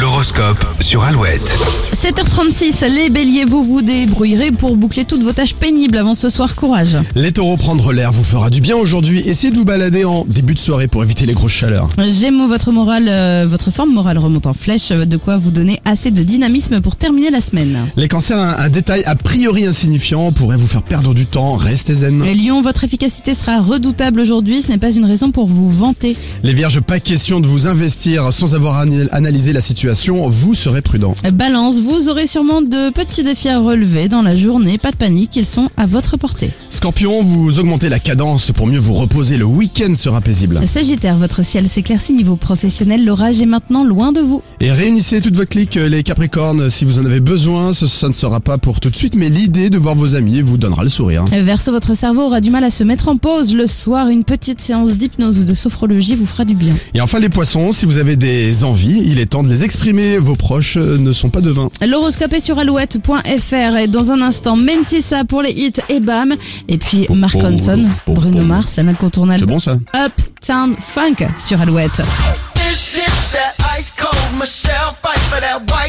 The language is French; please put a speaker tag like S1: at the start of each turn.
S1: L'horoscope sur Alouette.
S2: 7h36, les béliers, vous vous débrouillerez pour boucler toutes vos tâches pénibles avant ce soir, courage.
S3: Les taureaux, prendre l'air vous fera du bien aujourd'hui. Essayez de vous balader en début de soirée pour éviter les grosses chaleurs.
S2: Gémeaux, votre morale, euh, votre forme morale remonte en flèche, de quoi vous donner assez de dynamisme pour terminer la semaine.
S3: Les cancers, un, un détail a priori insignifiant pourrait vous faire perdre du temps. Restez zen.
S2: Les lions, votre efficacité sera redoutable aujourd'hui, ce n'est pas une raison pour vous vanter.
S3: Les vierges, pas question de vous investir sans avoir an- analysé la situation. Vous serez prudent.
S2: Balance, vous aurez sûrement de petits défis à relever dans la journée, pas de panique, ils sont à votre portée.
S3: Scorpion, vous augmentez la cadence pour mieux vous reposer. Le week-end sera paisible.
S2: Sagittaire, votre ciel s'éclaircit niveau professionnel, l'orage est maintenant loin de vous.
S3: Et réunissez toute votre clique, euh, les capricornes, si vous en avez besoin. Ce, ça ne sera pas pour tout de suite, mais l'idée de voir vos amis vous donnera le sourire.
S2: Verso, votre cerveau aura du mal à se mettre en pause. Le soir, une petite séance d'hypnose ou de sophrologie vous fera du bien.
S3: Et enfin les poissons, si vous avez des envies, il est temps de les exprimer. Vos proches euh, ne sont pas devins.
S2: L'horoscope est sur alouette.fr et dans un instant, Mentissa pour les hits et bam. Et puis Mark
S3: pom,
S2: Hanson,
S3: pom,
S2: Bruno
S3: pom.
S2: Mars, l'incontournable
S3: C'est bon ça
S2: Uptown Funk sur Alouette.
S4: This is that ice cold Michelle fight for that white.